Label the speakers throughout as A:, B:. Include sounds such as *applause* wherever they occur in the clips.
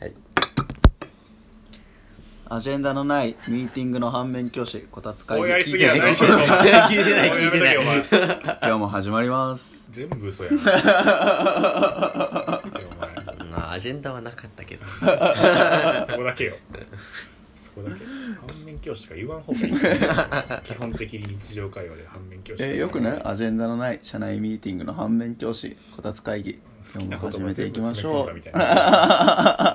A: はい
B: アジェンダのないミーティングの反面教師こたつ会
C: お
B: 議
C: いやりすぎ
A: 聞
C: や
A: い
C: 大
A: てない
C: 丈夫
A: 聞いてない聞いてない聞いてない
C: おやめとけお前
B: *laughs* 今日も始まります
C: 全部嘘やなお
A: まあアジェンダはなかったけど
C: 前そこだけよそこだけ反面教師とか言わん方がいい基本的に日常会話で反面教師
B: えー、よくねアジェンダのない社内ミーティングの反面教師こたつ会議
C: 好
B: 今
C: き
B: 日も始
C: な言葉
B: めてい
C: 全
B: き
C: 部
B: ましょ
C: 詰め込んだ
B: う
C: みたいな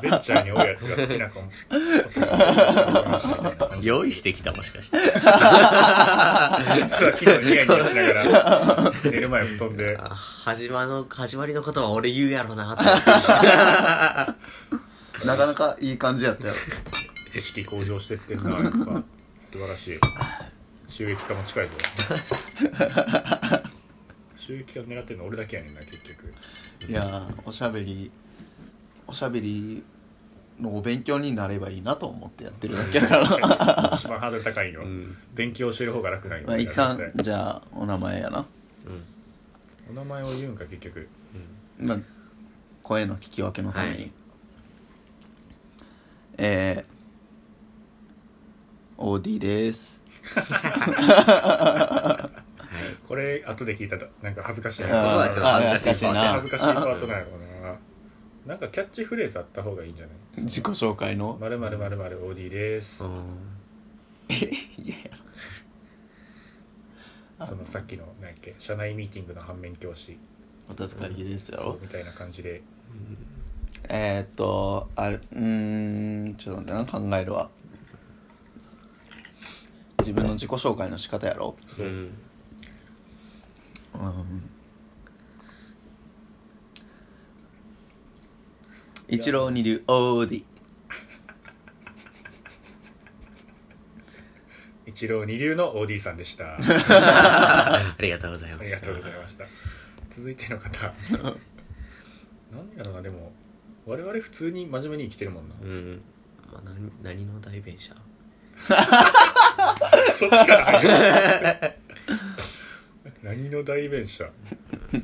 C: ベンチャーに多いやつが好きな子も
A: *laughs* 用意してきたもしかして
C: 実は昨日ニヤニヤしながら寝る前布団で
A: あ始まの始まりのことは俺言うやろなと思って
B: なかなかいい感じやったよ
C: 意識向上してってる
A: *laughs*
C: なやっぱ素晴らしい収益化も
A: *laughs*
C: 近いぞ収益化狙ってるの俺だけやねんな結
A: *laughs*
C: 局
B: いやーおしゃべりおしゃべりのお勉強になればいいなと思ってやってるだけだから
C: 一番ハードル高いの、勉強してる方が楽なん
B: *laughs*
C: よ
B: まあ一旦じゃあお名前やな
C: お名前を言うんか結局
B: まあ声の聞き分けのために、
A: はい
B: えー、OD です
C: これ後で聞いたらなんか恥ずかしい
A: こは
C: な
A: ちょっと恥ずかしい
B: あー
A: と
C: 恥ずかしいパ
B: あ
C: ートなのかななんかキャッチフレーズあった方がいいんじゃない
B: 自己紹介の
C: まるまるまるまる OD です、
B: いやいや
C: そのさっきの何やっけ社内ミーティングの反面教師
B: おたつかりです
C: そ
B: よ
C: うみたいな感じで
B: えー、っとあれうーんちょっと待ってな考えるわ自分の自己紹介の仕方やろ
C: そう、
A: うん
B: うん一郎二流 OD
C: 一郎二流の OD さんでした
A: *laughs*
C: あ
A: ありがとうございま
C: り
A: し
C: が
A: た
C: とうございました続いての
A: *laughs*
C: 方何やろなでも我々普通に真面目に生きてるもんな
A: うん、まあ、何何の代弁者
C: そっちから入る何の代弁
A: *laughs*
C: 者うー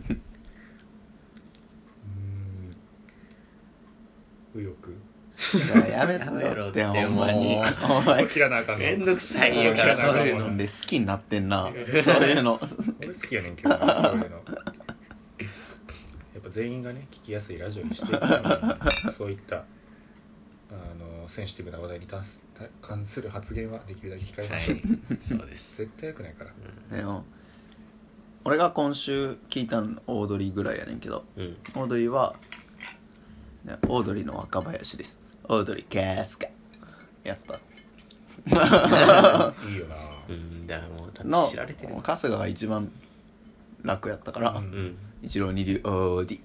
C: ん右翼
B: いややめ
A: やめ
B: ろ
A: ろ
B: っ
A: ってて
B: ほんまに
A: もう
B: お前
C: 切らなあかんの
A: めんどくさいよからそういう
C: さ
A: の
B: で好きになってんなそういうの
C: 俺好きやねんけどなそういうのやっぱ全員がね聞きやすいラジオにしていくためにそういったあのセンシティブな話題に関す関する発言はできるだけ控え
A: は
C: ま
A: い
C: しょう、
A: そうです
C: 絶対良くないから
B: でも俺が今週聞いたのオードリーぐらいやねんけど
A: うん
B: オードリーはねオードリーの若林ですオードリーキャスカやった
A: *laughs*
C: いいよな
A: うんだからもうだっ
B: の
A: て知られてる
B: 春日が一番楽やったから、
A: うん
B: 一郎二流オーデ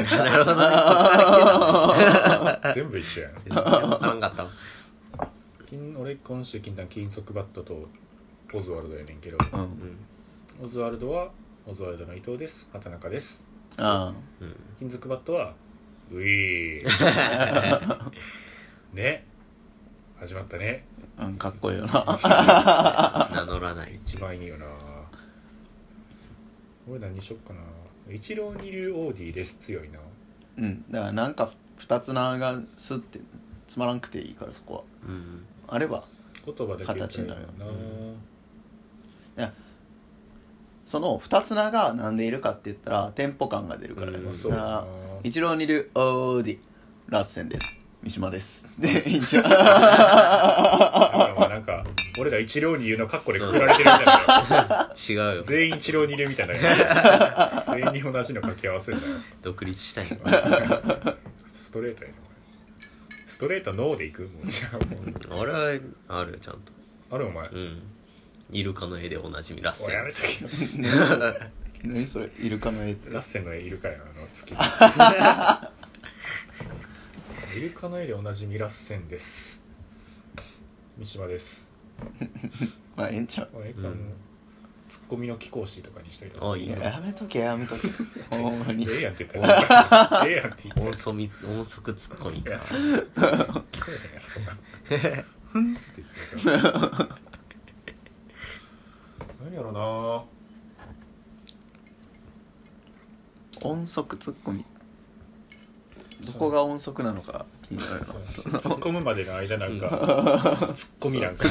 B: ィ
A: なるほどねそっから
C: 全部一緒やな
A: 全然わからんかったわ
C: 金俺今週金丹金属バットとオズワルドやねんけど
B: うん、
A: うん
C: オズワルドはオズワルドの伊藤です畑中です
B: あ
A: うん
C: 金属バットはウィー
A: *laughs*
C: ね始まったね
B: あ、うん、かっこいいよな
A: 名乗らない
C: 一番いいよな俺何しよっかな一郎二流オーディです強いな
B: うんだからなんか二つ名がスッてつまらんくていいからそこ
A: うん
B: はあれば
C: 言葉だけ
B: 形になるよ
C: な、
B: その二つ名がなんでいるかって言ったらテンポ感が出るからね、
A: うん
C: まあそうやな
B: あ一郎二流オーディラッセンです三島ですで一応
C: だからまあなんか俺ら一郎二流のカッコでくくられてるみたいな
A: 違うよ
C: 全員一郎二流みたいな全員に同じの掛け合わせるんだよ
A: 独立したいの
C: ストレートやなこれストレートノーでいくもうじゃあもう
A: 俺は *laughs* あるよちゃんと
C: あるお前、
A: うんイルカの絵でおなじみラッ
C: おい
A: セ
C: やめ
A: ン
C: とけよ
A: *laughs*
B: 何それイルカの絵って
C: ラッセンの絵イルカやなあの月 *laughs* イルカの絵でおなじみラッセンです三島です
B: まあええんちゃう
C: あええかもう
A: うん
C: ツッコミの貴公子とかにしたりとか
A: あ
C: え
A: い
B: い
A: い
B: や
A: ね
B: やめとけやめとけほんまに
C: えやんって言った *laughs* らええやんって言ったら
A: 音速み音速ツッコミ
C: いや
A: か
C: 聞こえへんやろそんなふんって言ってるから何やろな
B: 音速ツッコミどこが音速なのか気になる
C: そう
B: な
C: 突っ込むまでの間なんか突っ込みなんか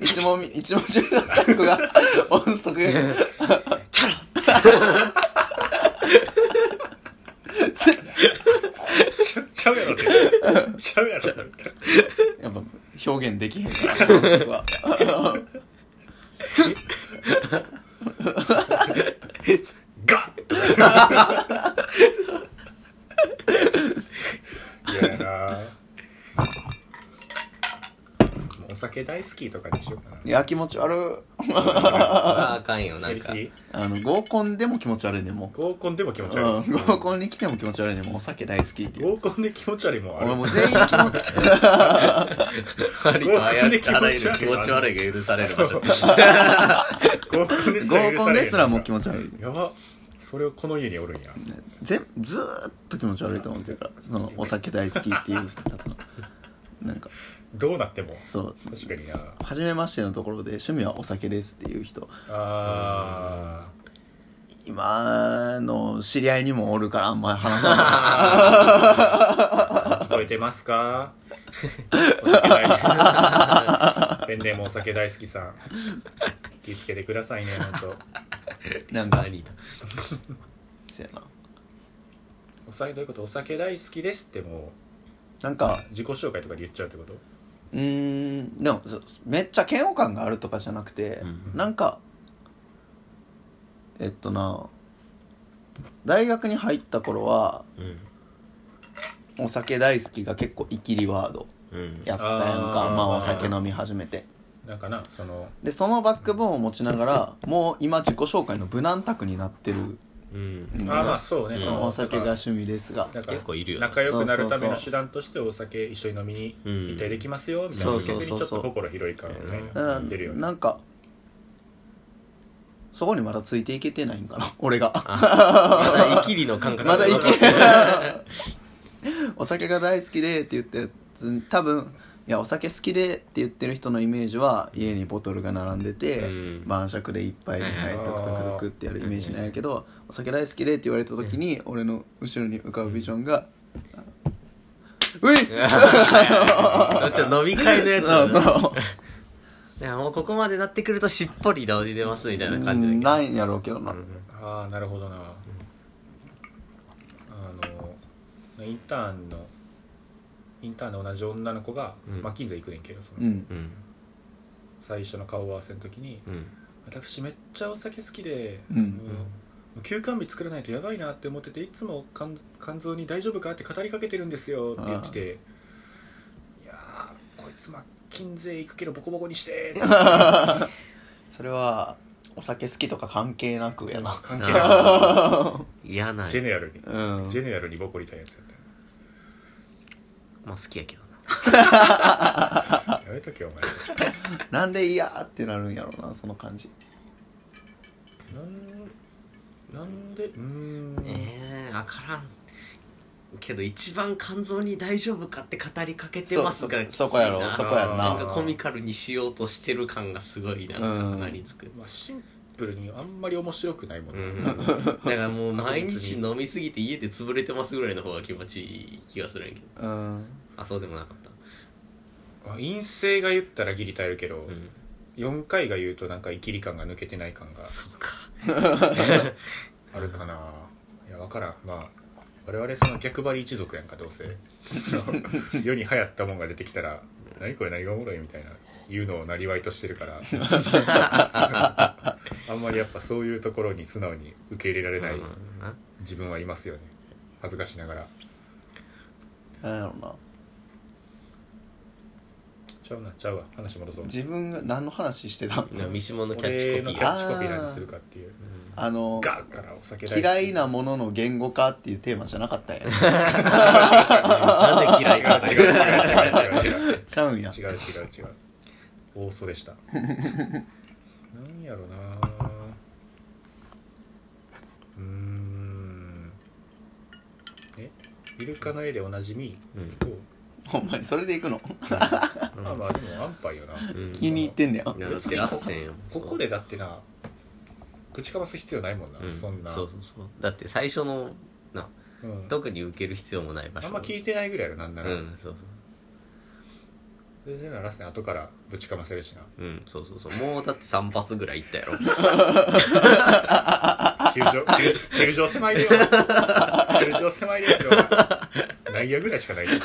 B: 一問目一問中の最後が音速絶
A: チャラ
C: ちゃ *laughs* ちゃうやろってちゃうやろって
B: やっぱ表現できへんから音速は
C: ガッいやなもうお酒大好きとかでしようか
B: いや気持ち悪い
A: ああかんよ
C: なや
A: なん
C: り
A: か
C: すぎ
B: あの合コンでも気持ち悪いねも
C: 合コンでも気持
B: う、
C: ち
B: う
C: 悪い
B: ん、合コンに来ても気持ち悪いねもうお酒大好きっていう
C: 合コンで気持ち悪いもんある
B: 俺もう全員気持ち
C: *laughs*
A: ありとあらゆる気持ち悪いが許される場所
C: 合コンですら
B: 合
C: 許
B: コ
C: さ
B: ン
C: れへん
B: ですらもう気持ち悪い
C: やばそれをこの家におるんや
B: ぜずーっと気持ち悪いと思ってるからそのお酒大好きっていうやつのなんか
C: どうなっても
B: そう
C: 確かにな
B: 初めましてのところで趣味はお酒ですっていう人
C: あ
B: 今の知り合いにもおるからあんまり話さない
C: ー聞こえてますか
B: *laughs*
C: お酒大好きペンネームお酒大好きさん気ぃつけてくださいねほんと *laughs*
B: なんか
A: 何だ
B: せやな
C: お酒どういうことお酒大好きですっても
B: なんか
C: う自己紹介とかで言っちゃうってこと
B: うーんでもそめっちゃ嫌悪感があるとかじゃなくて、
A: うん
B: なんかえっとな大学に入った頃は
A: うん
B: お酒大好きが結構イキリワード
A: うん
B: やったやんか
C: あー
B: まあお酒飲み始めて
C: なんかなその
B: でそのバックボーンを持ちながらもう今自己紹介の無難択になってる
A: うん
C: あ
B: の
C: ー
B: が
C: まあそうね
B: そ
C: そ
B: の
C: の
B: お酒が趣味ですが
C: なんか
A: 結構いるよね
C: 仲良くなるため
B: そう
C: の
B: そうそう
C: 手段としてお酒一緒に飲みに行ったりできますよみたい
B: そ
C: な
B: うそう
C: 逆
B: そうそう
C: にちょっと心広い感みたい
B: だ
C: な
B: から
C: 出るよね
B: なんかそこにまだついていけてないんかな俺が
A: まだイキリの感覚
B: まだいけ
A: る
B: お酒が大好きでって言ったやつ多分いやお酒好きでって言ってる人のイメージは家にボトルが並んでて、
A: うん
B: 晩酌で一杯にはい
A: うん
B: トクトクトクってやるイメージなんやけど、お酒大好きでって言われた時に、俺の後ろに浮かぶビジョンが「うい、
A: ちょっと飲み会のやつ
B: そうそう
A: いやもうここまでなってくるとしっぽり飲んでますみたいな感じだけど
B: ないんやろうけどな、
C: ああなるほどな、あのインターンのインターンの同じ女の子が、
A: うん
C: マッキンゼー行くねんけどその、
B: うん
A: うん
C: 最初の顔合わせの時に
A: うん
C: 「私めっちゃお酒好きで、
B: うん
C: うん休館日作らないとやばいなって思ってていつも肝肝臓に大丈夫かって語りかけてるんですよ」って言ってて「いやーこいつマッキンゼー行くけどボコボコにし
B: *laughs*
C: て」って
B: それはお酒好きとか関係なくやな
C: 関係ない
A: あー嫌な
C: ジェネラルに、
B: うん
C: ジェネラルにボコりたいやつやったよ
A: まあ好きやけどな
C: やめとけよお前
B: なんで嫌ってなるんやろうなその感じ
C: なんなんでうーん、
A: ええ分からんけど一番肝臓に大丈夫かって語りかけてますが
B: そう
A: きつい
B: そ
A: な
B: こやろそこやろ
A: なん
B: な
A: かコミカルにしようとしてる感がすごいな
B: うん
A: なりつく
C: まあ、シンプルにあんまり面白くないもん
A: う
C: ね、
A: ん
B: *laughs*
A: だからもう毎日飲みすぎて家で潰れてますぐらいの方が気持ちいい気がするんやけ
B: う
A: ど
B: ん
A: あそうでもなかった
C: まあ陰性が言ったらギリ耐えるけど、
A: うん
C: 4回が言うとなんかイキリ感が抜けてない感が
A: そうか
C: あるかな、いや分からんまあ我々その逆張り一族やんかどう
A: *laughs*
C: せその世に流行ったもんが出てきたら「何これ何がおもろい」みたいな言うのをなりわいとしてるから
A: *laughs*
C: そのあんまりやっぱそういうところに素直に受け入れられない
A: うんな
C: 自分はいますよね恥ずかしながら
B: なんやろうな
C: ちゃうなちゃうわ話戻そう
B: 自分が何の話してた
A: な三島のキャッチ
C: 俺
A: コ
C: の
A: ピ
C: キ
A: ー
C: ャ
A: が
C: ッチコピー何にするかっていう
B: あの
C: ガッからお酒大好き
B: 嫌いなものの言語化っていうテーマじゃなかったんや
A: なぜ嫌
C: 違
A: いうか
C: 違う違う違う違 *laughs* う
B: *laughs*
C: 違う
B: ちゃうんや
C: 違う違う違う大嘘でしたなんやろなうーんえイルカの絵でおなじみ
A: うん
C: と、
B: ほんまにそれでいくの
C: まあまあでも安牌よな
A: うん
B: 気に入ってんねや
A: いやだってラッセンよ
C: ここでだってな口かます必要ないもんな、
A: うん
C: そんな
A: そうそうそうだって最初のな
C: うん、
A: 特に受ける必要もない場所
C: あんま聞いてないぐらいやろなんな
A: う
C: ら、
A: んそう
C: 全然ならすね後からぶちかませるしな
A: そううんそうそうそうもうだって3発ぐらいいったやろ
C: 球
A: *laughs*
C: 場球場狭いでよ球場狭いですよ内野ぐらいしかないけど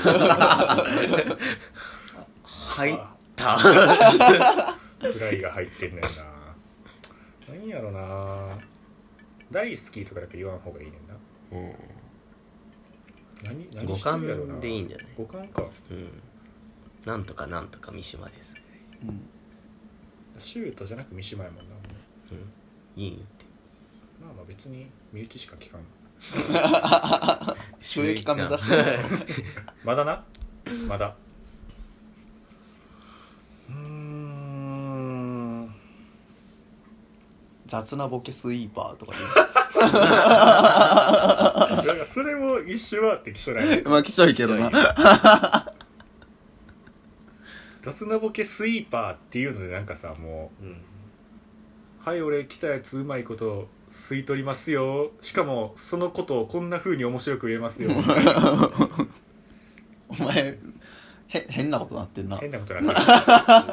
A: 入っ
C: あ
A: た
C: フライが入ってんねんな何やろな大好きとかだけ言わん方がいいねんな
A: うん
C: 何何してるやろ
A: 五
C: な
A: 感でいいんじゃない
C: 五感か
A: うんなんとかなんとか三島です
B: うん
C: シュートじゃなく三島やもんな
A: うんいいんって
C: まあまあ別に身内しか聞かん
B: 収益化目指してる
C: まだなまだうーん
B: 雑なボケスイーパーとかで
C: なんかそれも一緒はってきそうない
B: *laughs* まあきちょ *laughs* いけどな
C: 雑なボケスイーパーっていうのでなんかさも
A: うん
C: う「はい俺来たやつうまいこと吸い取りますよしかもそのことをこんな風に面白く言えますよ」
B: お前へ変なことなってんな
C: 変なことになってる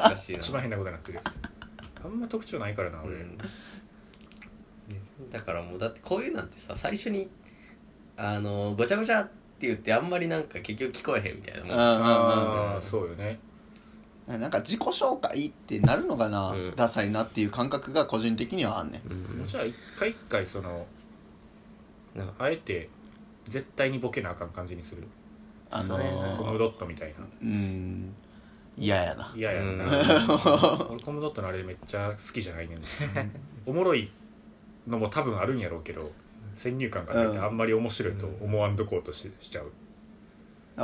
A: 難しいな
C: 一番変なことになってるあんま特徴ないからな
A: う
C: 俺、
A: んだからもうだってこういうなんてさ最初にあのごちゃごちゃって言ってあんまりなんか結局聞こえへんみたいなもん
B: あ
C: ああそうよね
B: なんか自己紹介ってなるのがな、
A: うん
B: ダサいなっていう感覚が個人的にはあんねん
A: うん
C: じゃあ一回一回その
A: なんか
C: あえて絶対にボケなあかん感じにする
B: あの
C: コ
B: ー
C: ムドットみたいな
B: うん嫌やな
C: 嫌やな、
A: うん
C: 俺コムドットのあれめっちゃ好きじゃないねんおもろいのも多分あるんやろうけど先入観が出て
B: うん
C: あんまり面白いと思わんとこうとししちゃう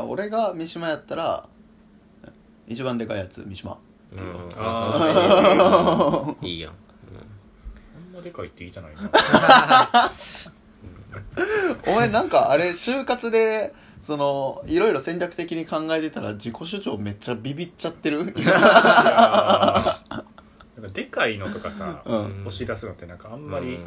B: 俺が三島やったら一番でかいやつ三島
A: うん
B: あ
A: いいやん
C: あんまでかいって言いたない *laughs* な
B: お前なんかあれ就活でそのいろいろ戦略的に考えてたら自己主張めっちゃビビっちゃってる
C: なんかでかいのとかさ
B: う
A: うん
C: 押し出すのってなんかあんまり、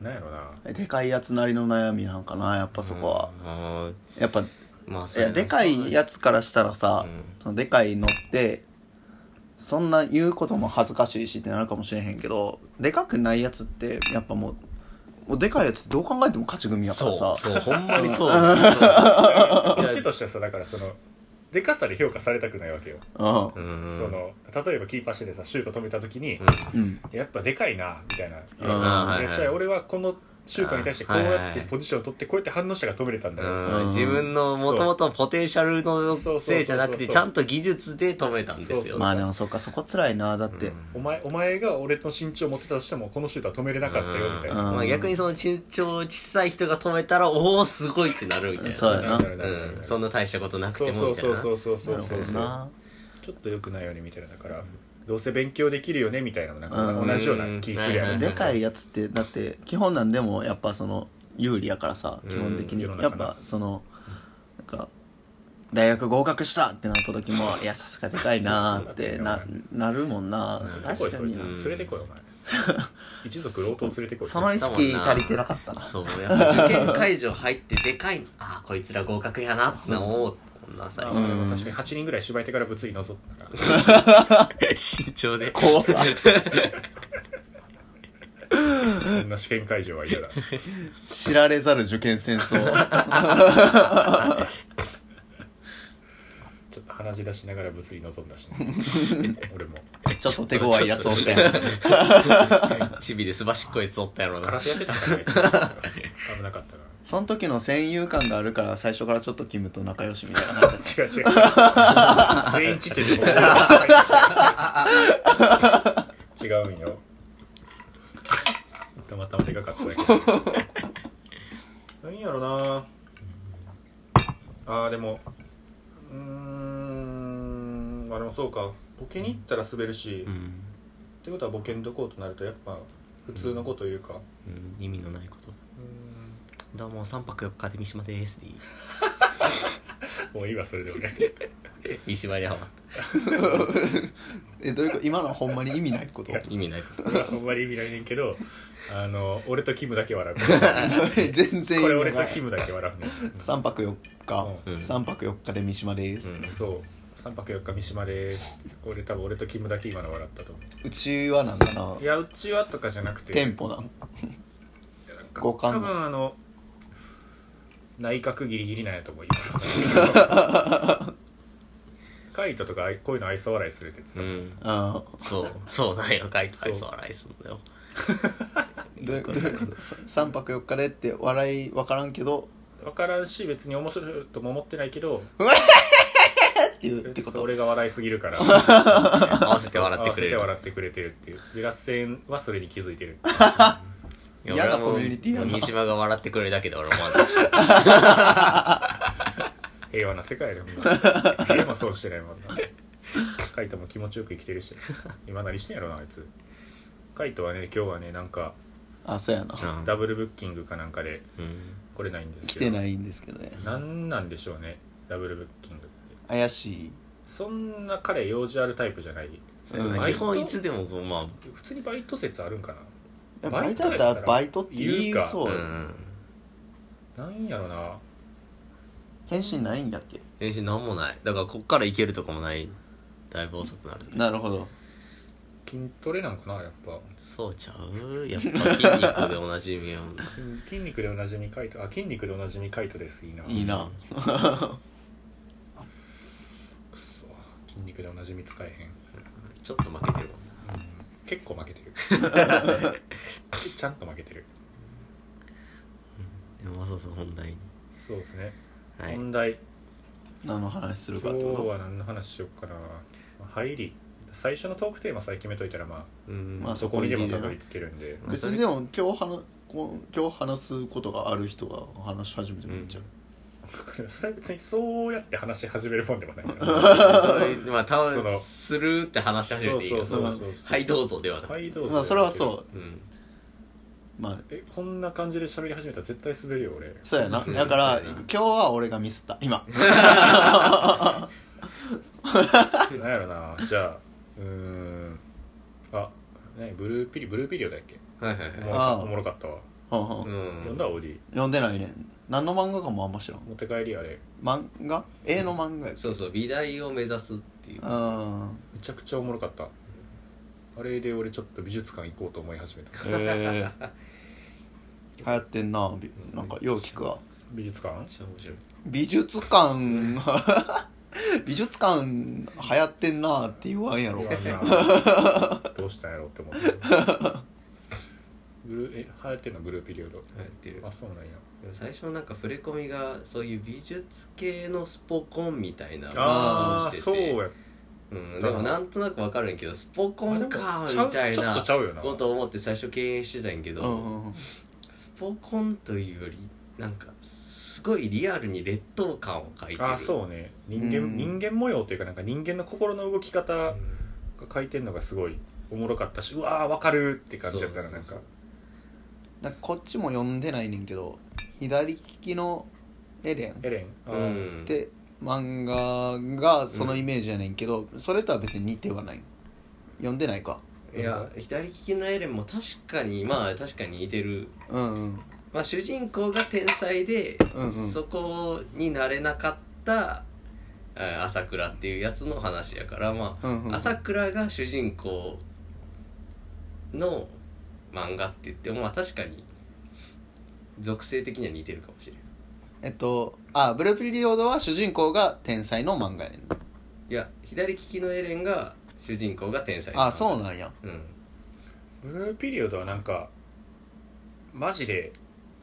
C: なんやろ
B: *laughs*
C: な
B: でかいやつなりの悩みなんかなやっぱそこは、
A: は
B: やっぱい
A: まあ
B: やでかいやつからしたらさ、
A: う
B: そのでかいのってそんな言うことも恥ずかしいしってなるかもしれへんけどでかくないやつってやっぱもうもうでかいやつどう考えても勝ち組やか
A: そ
B: ら
A: う
B: さ
A: そうほんまにそう
C: こっちとしてはさだからそのでかさで評価されたくないわけよ、
B: うん
A: うん
C: その例えばキーパーしててさシュート止めた時に、
B: うん
C: やっぱでかいなみたいな、
A: うん
C: めっちゃ俺はこのシュートに対してこうやってポジションを取ってこうやって反応したから止めれたんだよ、
A: 自分のもともとポテンシャルのせいじゃなくてちゃんと技術で止めたんですよ
B: まあでもそっかそこ辛いなだって、
C: お前お前が俺の身長を持ってたとしてもこのシュートは止めれなかったよみたいな、
B: うん
A: まあ、逆にその身長小さい人が止めたらおおすごいってなるみたいな
B: そうやな
C: なるなるなる
A: うん、そんな大したことなく
C: そ
A: て
C: う
A: も
C: そ
A: み
C: う
A: たい
C: そう
A: な
C: そうそうそ
B: な
C: う
B: る
C: そ
B: ほど
C: う
B: な
C: ちょっと良くないよねみたいなだからどうせ勉強できるよねみたいなのなん
B: う
C: か
B: ん
C: 同じような気するや
A: うんん
B: でかいやつってだって基本なんでもやっぱその有利やからさ基本的に
C: うん
B: やっぱそのなんか大学合格したってなった時もいやさすがでかいなー *laughs* ってななるもんな確かに
C: 連れてこいお前一族老頭連れてこい
B: その意識足りてなかったな
A: そうやっぱ受験会場入ってでかいああこいつら合格やなって思うな最
C: あ
A: 初
B: ん
C: まあ確かに8人ぐらい芝居手から物理のぞったから
A: *laughs* 身長で
B: 怖っ *laughs*
C: こんな試験会場は嫌だ
B: 知られざる受験戦 *laughs* 争
C: ちょっと鼻血出しながら物理望んだし *laughs* ね、俺も
B: ちょっと手強いやつおってん
A: チビですばしっこいつおったやろ
C: カ
A: な
C: ラスやってたんからね危なかったな
B: その時の戦友感があるから最初からちょっとキムと仲良しみたいな話
C: 違う違う全員ちっちゃいとこ違うんよたまたまでかかっただけ何やろなあーでもうーんまあでもそうかボケに行ったら滑るし、っ
A: うん、
C: てことはボケんとこうとなるとやっぱ普通のこと言うか、
A: うん、意味のないこと
C: うーん
A: どうも3泊4日で三島ですでいい
C: もういいわそれ
B: *laughs*
C: で俺
A: 三島にハマっ
B: *laughs* えどういうこと今のはほんまに意味ないこと
A: た意味ない
C: あんまり意味ないねんけどあの俺とキムだけ
B: *laughs*
C: 笑
B: 全
C: う
B: 然
C: これ
B: 意
C: 俺
B: 味
C: と
B: ない
C: キムだけ笑うね
B: 3泊4日、
A: うん
B: 三3泊4日で三島です、
A: う
B: うん
C: そう3泊4日三島です俺多分俺とキムだけ今の笑ったと思
B: ちはなんだな
C: ういやうちはとかじゃなくて
B: 店舗なん
C: なんか
B: 五感
C: 多分あの内角ギリギリなんやと思う今
B: *laughs*
C: カイトとかあいこういうの愛想笑いするって言って
A: う
C: た、
A: ん
B: あ
A: そうそうなんよ会議会そう笑いすんだよ
B: ーどういうどういうこと3泊4日でって笑い分からんけど
C: 分からんし別に面白いとも思ってないけど
B: っていうってこと
C: 俺が笑いすぎるか
B: *laughs*
C: ら
A: 合わせて笑ってく
C: 合わせ
A: れる
C: て笑ってくれてるっていうで合戦はそれに気づいてる
A: いや
B: 嫌な
A: 俺はもう
B: コミュニティやな
A: もう三島が笑ってくれるだけで俺も満足した
C: 平和な世界でほんま誰もそうしてないもんなカイトも気持ちよく生きてるし今何してんやろなあいつカイトはね今日はねなんか
B: あそうやな
A: うん
C: ダブルブッキングかなんかで
A: うん
C: 来れないんです
B: 来
C: けど
B: てないんですけどね
C: なんなんでしょうねダブルブッキングって
B: 怪しい
C: そんな彼用事あるタイプじゃない
B: うん
A: 基本いつでもこうまあ
C: 普通にバイト説あるんか
B: バイトだったらバイトって言いそうう、
A: ん
C: ななんやろな
B: 返信ないんだっけ
A: 練習なんもないだからこっから行けるとかもないだいぶ遅くなる
B: なるほど
C: 筋トレなんかなやっぱ
A: そうちゃうやっぱ筋肉でおなじみやもんな
C: 筋筋肉でおなじみカイトあ筋肉でおなじみカイトですいいない
B: いな
C: くそ筋肉でおなじみ使えへん、
A: ちょっと負けてるもんな
C: 結構負けてる
B: *laughs*
C: ちゃんと負けてる
A: でもまあそうそう本題に
C: そうですね、
A: はい
C: 本題
B: 何の話す
C: 今
B: る
C: 日
B: かってこ
C: は何の話しようかなまあ入り最初のトークテーマさえ決めといたらま
A: うん
B: まあ
C: あどこにでも
B: そこに
C: た
B: ね
C: どり着けるんで
B: と別にでも今日話こ今日話すことがある人が話し始めてもいいんちゃう、
C: それは別にそうやって話し始めるもんでも
B: *laughs*
C: ないから
A: それまあた
C: その
A: するって話し始めていいよ
C: そうそう
B: そ
C: そうそう
A: はいどうぞではなく
C: はいどうぞ
B: まあそれはそう
A: うん
B: まあ
C: えこんな感じで喋り始めたら絶対滑るよ俺
B: そうやなだから今日は俺がミスった今
C: なんやろなじゃあうーんあねブルーピリブルーピリオだっけ
A: はいはいはい
C: おも
B: あー
C: ろかおもろかったわ
B: ほんほん
A: うん
C: 読んだオーディ
B: 読んでないねん何の漫画かもあんま知らん
C: 持って帰りあれ
B: 漫画絵の漫画や
A: そうそう美大を目指すっていう
B: うん
C: めちゃくちゃおもろかったあれで俺ちょっと美術館行こうと思い始めた
B: へえ流行ってんなびなんかよう聞くわ
C: 美術館
A: めっちゃ面白い
B: 美術館 *laughs* 美術館流行ってんなって言わんやろ
C: いやなどうしたんやろって思ってグルえ流行ってるのグルーピリオド
A: 流行ってる
C: あそうなんや
A: でも最初なんか触れ込みがそういう美術系のスポコンみたいな
B: あ
A: をして
C: そう
A: て
C: や
A: うん、でもなんとなくわかるんやけどスポコンかみたい
C: ちょっと
A: な
C: ちゃうよな
A: ことを思って最初敬遠してたんやけど、
B: うんうんうん
A: スポコンというよりなんかすごいリアルに劣等感を書いてる
C: あそうね人間、
B: うん
C: 人間模様というかなんか人間の心の動き方
A: う
C: が
A: ん
C: 書いてんのがすごいおもろかったしうわーわかるって感じだったら
A: そ
C: な
A: うんそ
C: か
A: う
B: なんかこっちも読んでないねんけど左利きのエレン
C: エレンあ
A: う
C: ー
A: ん、
B: って漫画がそのイメージやねんけど、それとは別に似てはない読んでないか
A: いや左利きのエレンも確かにまあ確かに似てる、
B: うんうん
A: まあ、主人公が天才で、
B: うんうん
A: そこになれなかったえー朝倉っていうやつの話やからまあ
B: うんうん
A: 朝倉が主人公の漫画って言ってもまあ確かに属性的には似てるかもしれない
B: えっとあブルーピリオドは主人公が天才の漫画やねん
A: いや左利きのエレンが主人公が天才
B: あそう
A: う
B: なんや
A: うん
C: ブルーピリオドはなんかマジで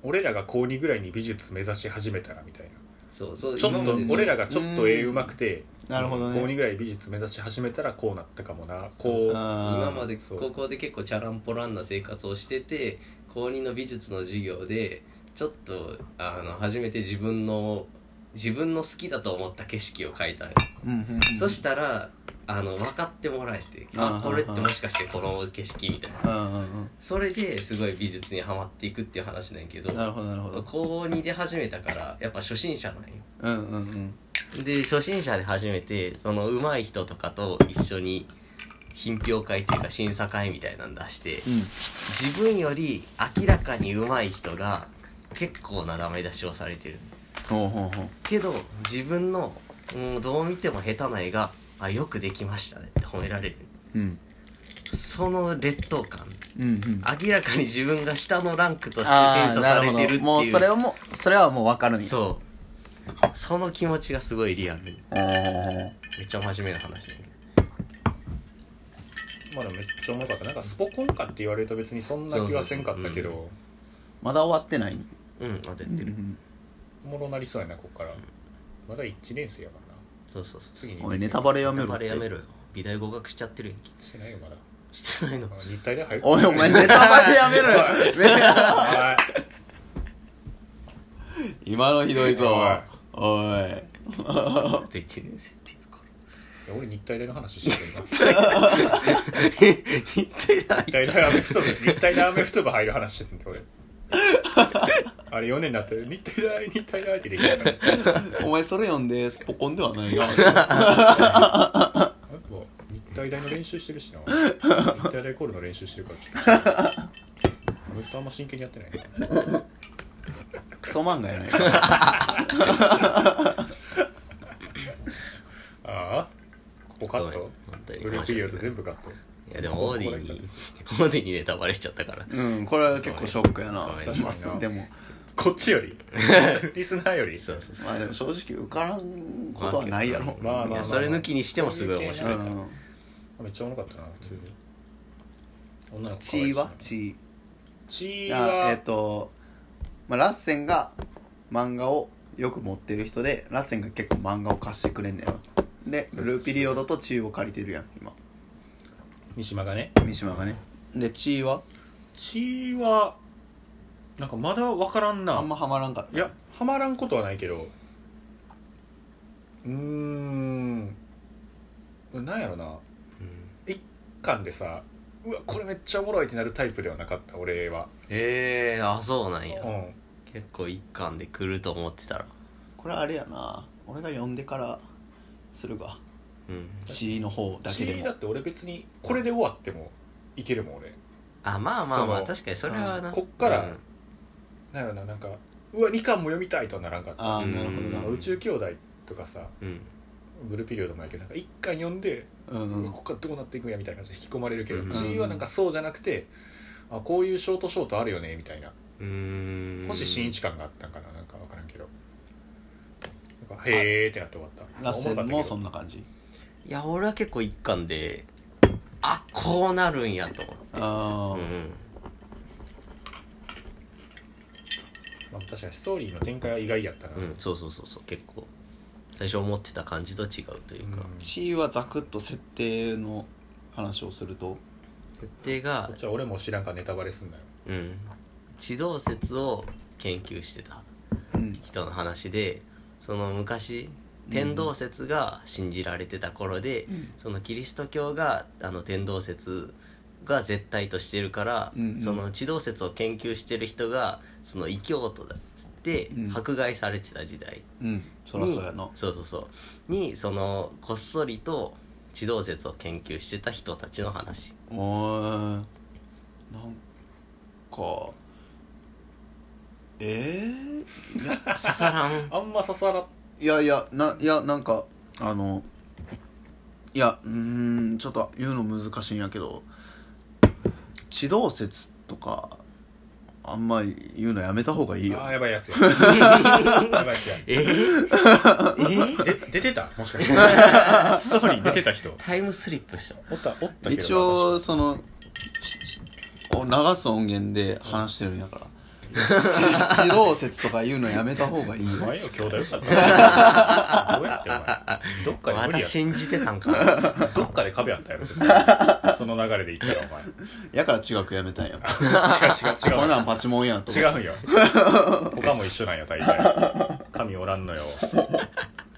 C: 俺らが高2ぐらいに美術目指し始めたらみたいな
A: そうそう
C: ちょ
A: 今
C: っ
A: ま
C: と
A: でそう
C: 俺らがちょっと絵うまくて
B: なるほど
C: 高
B: ね
C: 2ぐらい美術目指し始めたらこうなったかもなこう
A: 今
B: 今
A: まで
C: そう
A: 高校で結構チャランポランな生活をしてて高2の美術の授業でちょっとあの初めて自分の自分の好きだと思った景色を描いた
B: うんうんうん
A: そしたらあの分かってもらえてあ
B: あー
A: これってもしかしてこの景色みたいな
B: うんうん
A: それですごい美術にはまっていくっていう話なんやけ
B: う
A: ど
B: んなるほどなるほど
A: 高2で始めたからやっぱ初心者なんよ
B: うんうんうん
A: で初心者で初めてその上手い人とかと一緒に品評会っていうか審査会みたいなの出して、自分より明らかに上手い人が結構なダメ出しをされてる
B: ほうほうほう
A: けど自分のもうどう見ても下手な絵が「あよくできましたね」って褒められる
B: うん
A: その劣等感
B: うんうん
A: 明らかに自分が下のランクとして
B: あ
A: 審
B: あ
A: 査
B: な
A: さ
B: る
A: れ
B: ほ
A: てるってい
B: ど
A: う
B: もうそれはもうそれはもう分かるんや
A: そうその気持ちがすごいリアル
B: おー
A: めっちゃ真面目な話だけど
C: まだめっちゃうまかったなんかスポコンかって言われると別にそんな気はせんかったけど
A: そう
B: まだ終わってない
A: うんまたやってる、
C: おもろなりそうやなこっからまだ1年生やからな
A: そうそうそう
C: 次に
B: おいネタバレやめ
A: ネ
B: ろ
A: タバ
B: っ
A: レ
B: て
A: やめろよ美大合格しちゃってるやんけ
C: してないよまだ
A: してないの
C: まあ日体で入る
B: おいお前ネタバレやめろよね
C: はい
B: *laughs* 今のひどいぞおい
A: だって1年生っていうか
C: いや俺日体大の話してるな
A: ら日体大 *laughs*
C: 日体大アメフト部日体大アメフト部入る話してるんで俺あれ4年になって日体大日体大ってできないからやっ
B: お前それ読んでスポコンではないな
C: ぱ日体大の練習してるしな日体大コールの練習してるからアメフトあんま真剣にやってないな
B: *laughs* クソ漫画やないか
C: ああここカッ
A: ご
C: ト
A: めん本当に
C: ブルーピリオド全部カット
A: いやでもオーデ
C: *laughs*
A: ィにオーディにネタバレしちゃったから
B: うんこれは結構ショックやな
A: ごめん
B: まあすでも
C: こっちよりリスナーより
A: そうそうそう
B: まあでも正直受からんことはないやろ
C: まあまあまあ
A: いやそれ抜きにしてもすごい面
B: う
A: 白い
B: ん
C: めっちゃおもろかったな普通に女の子可
B: 血
C: 愛いし
B: は血
C: 血
B: あえっ
C: は
B: とまあラッセンが漫画をよく持ってる人でラッセンが結構漫画を貸してくれんねよでブルーピリオドと血を借りてるやん今
C: 三島がね
B: 三島がねで血は
C: 血はなんかまだ分からんな
B: あんまハマらんかった
C: いやハマらんことはないけどうーんなんやろな
A: うん
C: 一巻でさうわこれめっちゃおもろいってなるタイプではなかった俺は
A: ええー、あそうなんや
C: うん
A: 結構一巻で来ると思ってたら
B: これあれやな俺が読んでからするが
A: うん
B: 血の方だけで
C: 血だ
B: も
C: って俺別にこれで終わってもいけるもん俺
A: あまあまあま
C: そ
A: あ
C: の
A: 確かにそれはな、
C: うんこっから
A: うん
C: なんやろななんかうわ2巻も読みたいとはならんかった
B: ああなるほ
C: なんか
B: ど
A: う
C: 宇宙兄弟とかさ
A: うん
C: ブルーピリオドもやけどなんか1巻読んで
B: なうん
C: う
B: う
C: わ
B: ん
C: ここからどうなっていくんやみたいな感じで引き込まれるけど、
A: うん
C: G はなんかそうじゃなくてあこういうショートショートあるよねみたいな
A: うーん
C: 星新一感があったんかななんか分からんけどなんかへーってなって終わった
B: ラッセンもそ
C: の
B: んな感じ
A: いや俺は結構一巻であこうなるんやと
B: あ
A: うんうん
C: まあ、確かにストーリーの展開は意外やったな、
A: うんそうそうそうそう結構最初思ってた感じと違うというか、
B: あ血はザクッと設定の話をすると
A: 設定が
C: こっちは俺も知らんからネタバレすんなよ
A: うん地動説を研究してた
B: うん
A: 人の話でその昔天動説が信じられてた頃で、そのキリスト教があの天動説が絶対としてるから、
B: うんうん
A: その地動説を研究してる人がその異教徒だっつって
B: うん
A: 迫害されてた時代、
B: うんそらそうやな
A: そうそうそうにそのこっそりと地動説を研究してた人たちの話
B: おーなんかえー、
A: 刺さらん
C: あんま刺さら
B: いやいやないやなんかあのいやうーんちょっと言うの難しいんやけど地動説とかあんま言うのやめた方がいいよ
C: あーやばいやつ *laughs* ややばいやつや
A: えー、えー、
C: で出てたもしか *laughs* してストーリー出てた人
A: タイムスリップした
C: おったおったけど
B: 一応そのしし流す音源で話してるんや
C: *laughs*
B: からし地動説とか言うのやめた方がいい
C: 私お
B: よ
C: 前よ兄弟よか *laughs* ったなどうやってお前どっかで無
A: ま
C: 理
A: だ
C: や
A: 信じてたんか
C: *laughs* どっかで壁あったやろ絶対その流れでいったら
B: *laughs*
C: お前
B: やから中学やめたんや
C: 違う違
B: こん
C: う
B: なんパチモンやんと
C: 違
B: 思っ
C: う違うよ他も一緒なんよ大体神おらんのよ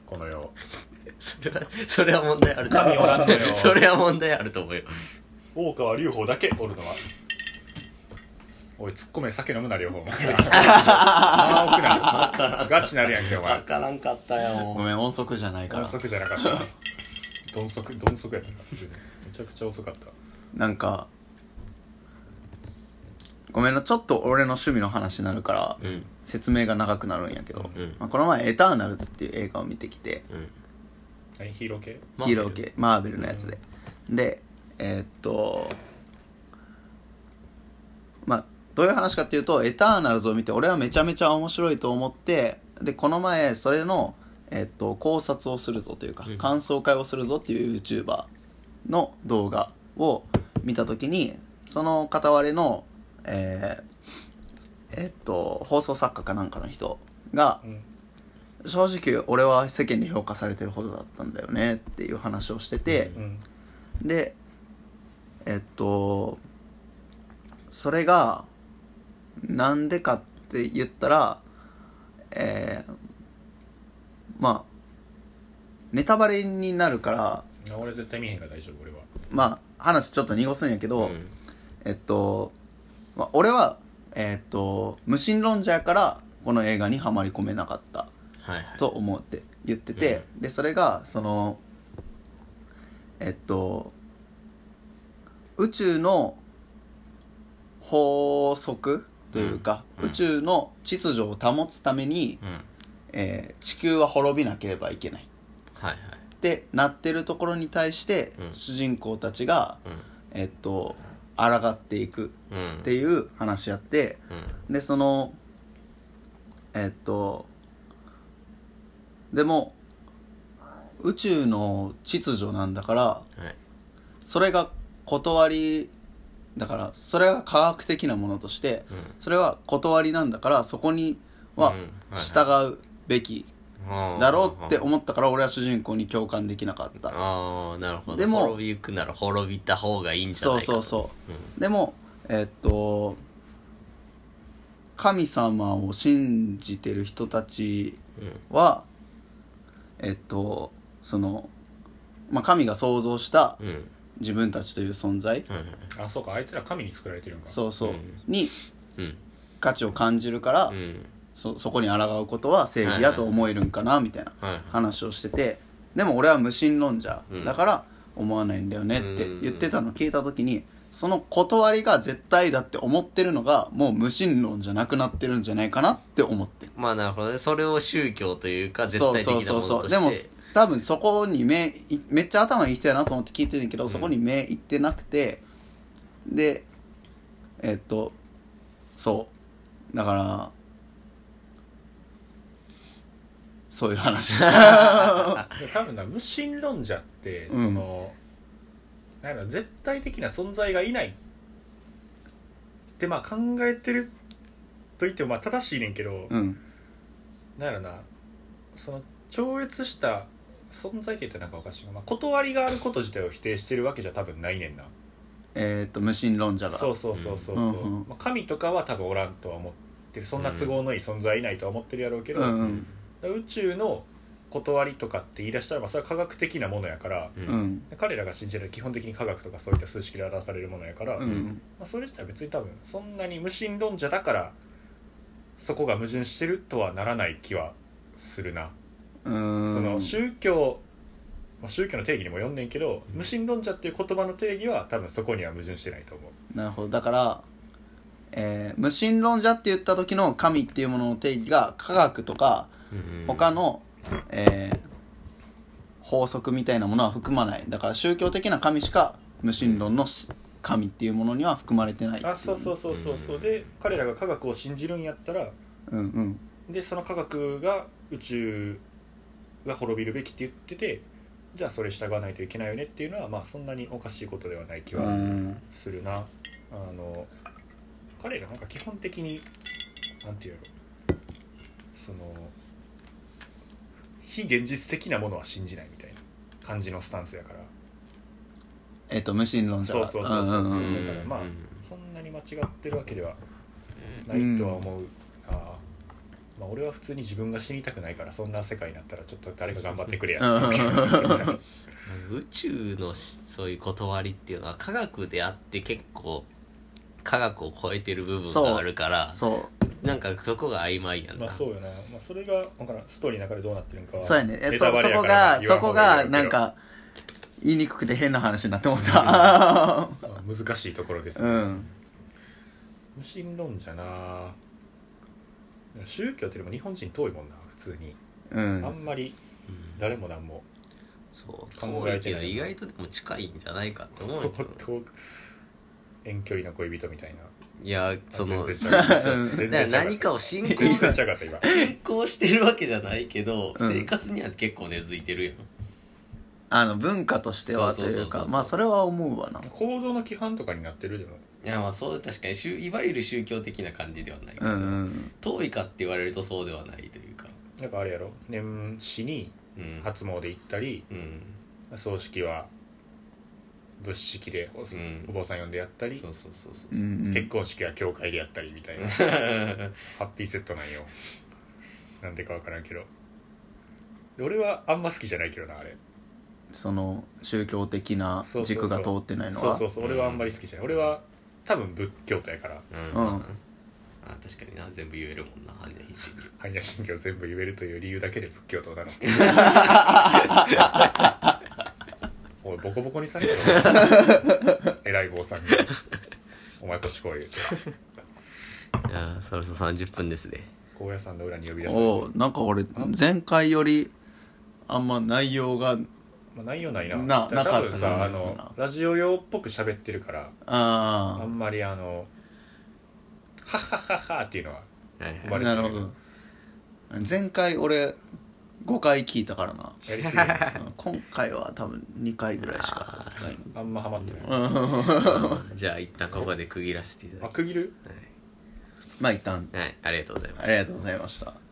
C: この世
A: それはそれは問題あると思
C: 神おらんの
A: う
C: よ
A: それは問題あると思うよ
C: 大川隆法だけおるのはおい突っ込め酒飲むな両方あー奥なガチなるやんけお前
A: わからんかった
B: ご
A: よ
B: めん音速じゃないか
C: 鈍
B: ら
C: 足じゃなかった鈍足鈍足やったなめちゃくちゃ遅かった
B: なんかごめんなちょっと俺の趣味の話になるから
A: うん
B: 説明が長くなるんやけど、
A: うん
B: まあ、この前「エターナルズ」っていう映画を見てきて
A: うん
C: 何ヒーロー系
A: マー
B: ヒ
A: ベ
B: ーロ
A: ル
B: ー系マーベルのやつででえーっとまあどういう話かっていうと「エターナルズ」を見て俺はめちゃめちゃ面白いと思ってでこの前それの、えーっと考察をするぞというか
A: うん
B: 感想会をするぞっていう YouTuber の動画を見た時にその片割れのえーえーっと放送作家かなんかの人が
C: うん
B: 正直俺は世間で評価されてるほどだったんだよねっていう話をしてて、
C: うん
B: でえっとそれがなんでかって言ったらえーまあネタバレになるから
C: あ俺絶対見えへんから大丈夫俺は
B: まあ話ちょっと濁すんやけど、
A: うん
B: えっと、まあ、俺はえっと無神論者やからこの映画にはまり込めなかった
A: はいはい
B: と思うって言ってて、でそれがそのえっと宇宙の法則というか、
A: うんうん
B: 宇宙の秩序を保つために、
A: うんはい
B: えー地球は滅びなければいけない
A: はい
B: ってなってるところに対して、
A: うん
B: 主人公たちが、えっと抗っていく
A: うんうん
B: っていう話やって。
A: うん
B: でそのえっとでも宇宙の秩序なんだから
A: はい
B: それが断りだからそれが科学的なものとして
A: うん
B: それは断りなんだからそこには
A: うんはい
B: 従うべき
A: あー
B: だろうって思ったから俺は主人公に共感できなかった
A: ああなるほど
B: でも
A: 滅びゆくなら滅びた方がいいんじゃ
B: そ
A: な
B: う
A: いか
B: そ
A: と
B: うそううでもえっと神様を信じてる人たち
A: うん
B: はえっとその、まあ、神が創造した
A: うんうん
B: 自分たちという存在
A: はいはい
C: あそうかあいつら神に作られてるんか
B: そうそう、
A: うん
B: に
A: うん
B: 価値を感じるから、
A: うん
B: そそこに抗うことは正義やと思えるんかなみたいな
A: はいはい
B: 話をしててでも俺は無神論者
A: うん
B: だから思わないんだよねって
A: うん
B: 言ってたの聞いた時にその断りが絶対だって思ってるのがもう無神論じゃなくなってるんじゃないかなって思ってる
A: まあなるほどねそれを宗教というか絶対的なものとして
B: そうそうそうそうでも多分そこに目いめっちゃ頭いい人やなと思って聞いてるんやけど、そこに目いってなくてでえっとそうだからそういう
A: *laughs*
B: 話
C: でも多分な無神論者ってそ
B: うん
C: の、なんやろ絶対的な存在がいないってまあ考えてると言ってもまあ正しいねんけど、
B: うん
C: なんやろなその超越した存在って言ったらなんかおかしいな、まあ、断りがあること自体を否定してるわけじゃ多分ないねんな
B: えっと無神論者が
C: そうそうそうそうそう、
B: うんうんうん
C: まあ、神とかは多分おらんとは思ってるそんな都合のいい存在いないとは思ってるやろうけど、
B: うん
C: 宇宙の断りとかって言い出したら、まあ、それは科学的なものやから、
A: うん
B: う
A: うん
B: ん
C: 彼らが信じる基本的に科学とかそういった数式で表されるものやから、
B: う
C: ま
B: ん
C: あ、それ自体は別に多分そんなに無神論者だからそこが矛盾してるとはならない気はするな、
B: うん
C: その宗教まあ宗教の定義にも読んねんけど無神論者っていう言葉の定義は多分そこには矛盾してないと思う
B: なるほどだから、えー無神論者って言った時の神っていうものの定義が科学とか
A: うん
B: 他の、えー法則みたいなものは含まないだから宗教的な神しか無神論のし神っていうものには含まれてない
C: あそうそうそうそうそうで彼らが科学を信じるんやったら
B: うんうん
C: でその科学が宇宙が滅びるべきって言っててじゃあそれ従わないといけないよねっていうのはまあそんなにおかしいことではない気
B: う
C: は
B: ん
C: するな、あの彼らなんか基本的になんていうやろその非現実的なものは信じないみたいな感じのスタンスやから
B: えっ、と無神論者
C: そうそうそうそう
B: うんうんうん
C: だからまあ
A: うん
C: そんなに間違ってるわけではないとは思うな、まあ、俺は普通に自分が死にたくないからそんな世界になったらちょっと誰か頑張ってくれや
B: うん
C: っていう気がするな
A: 宇宙のしそういう断りっていうのは科学であって結構科学を超えてる部分があるから
B: そ
A: なんかそこが曖昧やんな、
C: まあそうよな、まあ、それが分からんストーリーの中でどうなってるんか
B: う
C: は
B: そうやねえ
C: ネ
B: そ
C: タバ
B: そ
C: レや
B: こ
C: から
B: が
C: 言わ
B: そ
C: ん方
B: こ
C: が
B: が
C: いいやろうけど
B: なんか言いにくくて変な話になって思った
C: まあ難しいところで
B: *laughs*
C: す、
B: うん
C: 無神論者な宗教ってでも日本人遠いもんな普通に、
B: う
C: あ
B: ん
C: んまり
A: うん
C: 誰も何も
A: そう
C: 考
A: 遠
C: え
A: い
C: て
A: け
C: な
A: ど
C: い
A: 意外とでも近いんじゃないかって思う
B: *laughs*
A: よ
C: 遠く遠距離の恋人みたいない
A: やその
C: 全
A: そ
C: 然
A: う
C: ちゃ
B: *laughs*
C: う
A: そう
C: 全
A: だから
C: 然ちゃう
A: 何かを信仰
C: 全然ちゃうかった今
A: 信仰してるわけじゃないけど、
B: うん
A: 生活には結構根付いてるやん
B: あの文化としてはと
A: そう
B: い
A: そうそううそう
B: かまあそれは思うわな
C: 行動の規範とかになってるでも
A: いやまあそう確かに宗いわゆる宗教的な感じではない、
B: うんうん
A: 遠いかって言われるとそうではないというか
C: なんかあれやろ年始に
A: うん、
C: 初詣行ったり
A: うん、
C: 葬式は仏式でお,、
A: ん
C: 坊さん呼んでやったり
A: そうそうそうそ
B: う、
A: う
B: んうん
C: 結婚式は教会でやったりみたいなハ
A: *laughs*
C: ッピーセットなんよなんでかわからんけどで俺はあんま好きじゃないけどなあれ
B: その宗教的な
C: そうそうそ
B: 軸
C: う
B: が通ってないの
C: そう
B: は
C: そうそう俺はあんまり好きじゃない、
A: うん
C: 俺は多分仏教徒やから
A: うん
B: うん
A: あ確かにな全部言えるもんな犯人信教
C: 般若心経を全部言えるという理由だけで仏教徒な
B: *laughs*
C: のおいボコボコにされるよ偉い坊さんに「お前こっち来い」って
A: いやーそろそろ30分ですね
C: 高野山の裏に呼び出される
B: おうなんか俺前回よりあんま内容が
C: まあ、ないようないな
B: なな
C: だ多
B: かっ
C: 分
B: た
C: さ
B: な
C: あ
B: そう
C: の
B: な
C: ラジオ用っぽく喋ってるからあ
B: あ
C: んまりあの「はっはっはっは」っていうのは
A: はい
C: 生
B: あ
A: は
C: ま
A: い
C: れ
B: な
C: て
B: るほど前回俺5回聞いたからな
C: やりすぎるん
B: *laughs*
C: です
B: その今回は多分2回ぐらいしか
C: あんまハマってない、
A: うんじゃあ一旦ここで区切らせていただ
C: あ
A: き
C: 区切る
B: まあ一旦
A: はい、はい、ありがとうございます
B: ありがとうございました